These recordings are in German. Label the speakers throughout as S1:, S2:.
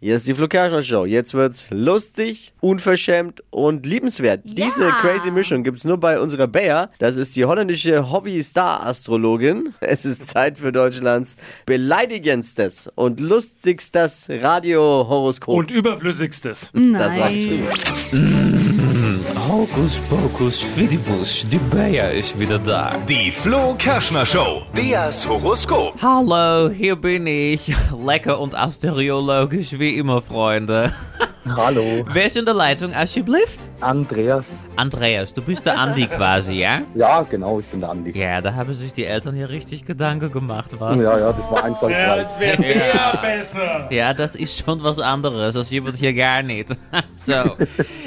S1: Hier ist die Flo Kerschner Show. Jetzt wird's lustig, unverschämt und liebenswert.
S2: Ja.
S1: Diese crazy Mischung gibt's nur bei unserer Bea. Das ist die holländische Hobby-Star-Astrologin. Es ist Zeit für Deutschlands beleidigendstes und lustigstes Radiohoroskop.
S3: Und überflüssigstes.
S1: das sagst du.
S4: Hocus Pocus Fidibus, die Bea ist wieder da.
S5: Die Flo Kerschner Show. Beas Horoskop.
S4: Hallo, hier bin ich. Lecker und asteriologisch wie immer, Freunde.
S6: Hallo,
S4: Wer ist in der Leitung, alsjeblieft?
S6: Andreas.
S4: Andreas, du bist der Andi quasi, ja?
S6: Ja, genau, ich bin der Andi.
S4: Ja, da haben sich die Eltern hier richtig Gedanken gemacht, was?
S6: Ja, ja, das war einfach
S3: Ja,
S6: ja,
S3: es wäre eher besser.
S4: Ja, das ist schon was anderes. Das jemand hier gar nicht. so.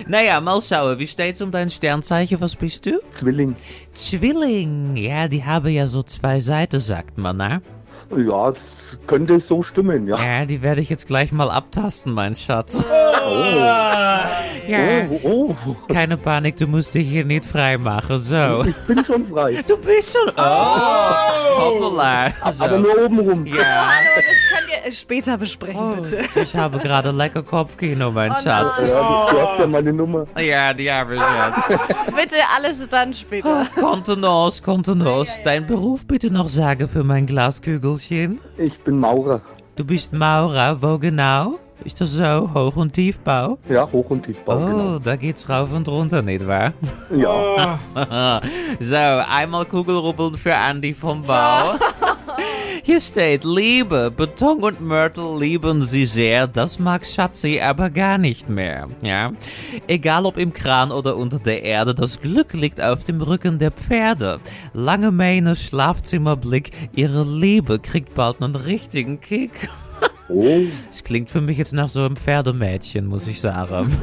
S4: Naja, mal schauen. Wie steht's um dein Sternzeichen? Was bist du?
S6: Zwilling.
S4: Zwilling. Ja, die haben ja so zwei Seiten, sagt man, ne?
S6: Ja, das könnte so stimmen, ja.
S4: Ja, die werde ich jetzt gleich mal abtasten, mein Schatz. Ja,
S6: Oh, oh,
S4: keine Panik, du musst dich hier nicht freimachen, so.
S6: ich bin schon frei.
S4: Du bist schon... Oh! Hoppala.
S6: Aber
S4: So.
S6: nur oben rum.
S4: Ja,
S2: Könnt ihr später besprechen,
S4: Oh,
S2: bitte.
S4: ich habe dus gerade lecker Kopfkino, mein Schatz.
S6: Ja, du hast ja meine Nummer.
S4: Ja, die habe ich jetzt.
S2: Bitte alles dann
S4: Oh.
S2: später.
S4: Kontenance, Kontenance. Dein Beruf bitte noch sagen für mein Glaskügelchen.
S6: Ich bin Maurer.
S4: Du bist Maurer, wo genau? Ist das so? Hoch- und Tiefbau?
S6: Ja, Hoch- und Tiefbau,
S4: Oh,
S6: genau.
S4: da geht's rauf und runter, nicht wahr?
S6: Ja,
S4: so, einmal Kugelrubbeln für Andy vom Bau. Hier steht, Liebe, Beton und Mörtel lieben sie sehr, das mag Schatzi aber gar nicht mehr. Ja? Egal ob im Kran oder unter der Erde, das Glück liegt auf dem Rücken der Pferde. Lange Mähne, Schlafzimmerblick, ihre Liebe kriegt bald einen richtigen Kick.
S6: oh,
S4: Es klingt für mich jetzt nach so einem Pferdemädchen, muss ich sagen.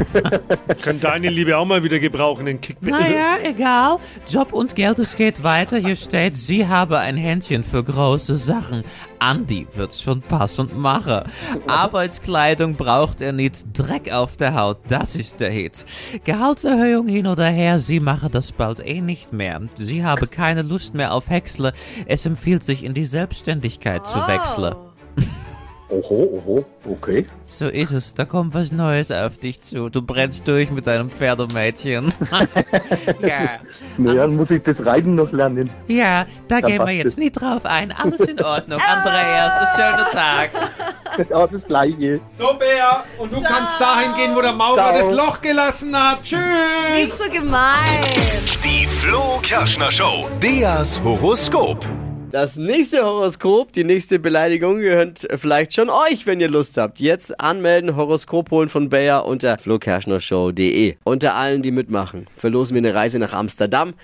S3: Kann deine Liebe auch mal wieder gebrauchen, den Kick.
S4: Naja, egal. Job und Geld, es geht weiter. Hier steht, sie habe ein Händchen für große Sachen. Andy wird's schon passend machen. Arbeitskleidung braucht er nicht. Dreck auf der Haut, das ist der Hit. Gehaltserhöhung hin oder her, sie mache das bald eh nicht mehr. Sie habe keine Lust mehr auf Häcksle. Es empfiehlt sich, in die Selbstständigkeit zu wechseln.
S6: oho, oho, okay.
S4: So ist es, da kommt was Neues auf dich zu. Du brennst durch mit deinem Pferdemädchen. ja.
S6: Naja, dann muss ich das Reiten noch lernen.
S4: Ja, da gehen
S6: Dann
S4: wir
S6: passt
S4: jetzt
S6: es.
S4: nicht drauf ein. Alles in Ordnung. Andreas, einen schönen Tag.
S6: Ja, das Gleiche.
S3: So, Bea, und du kannst dahin gehen, wo der Maurer
S6: Ciao.
S3: das Loch gelassen hat. Tschüss.
S2: Nicht so gemein.
S5: Die Flo Kerschner Show. Beas Horoskop.
S1: Das nächste Horoskop, die nächste Beleidigung gehört vielleicht schon euch, wenn ihr Lust habt. Jetzt anmelden, Horoskop holen von Bayer unter flokerschnershow.de. Unter allen, die mitmachen, verlosen wir eine Reise nach Amsterdam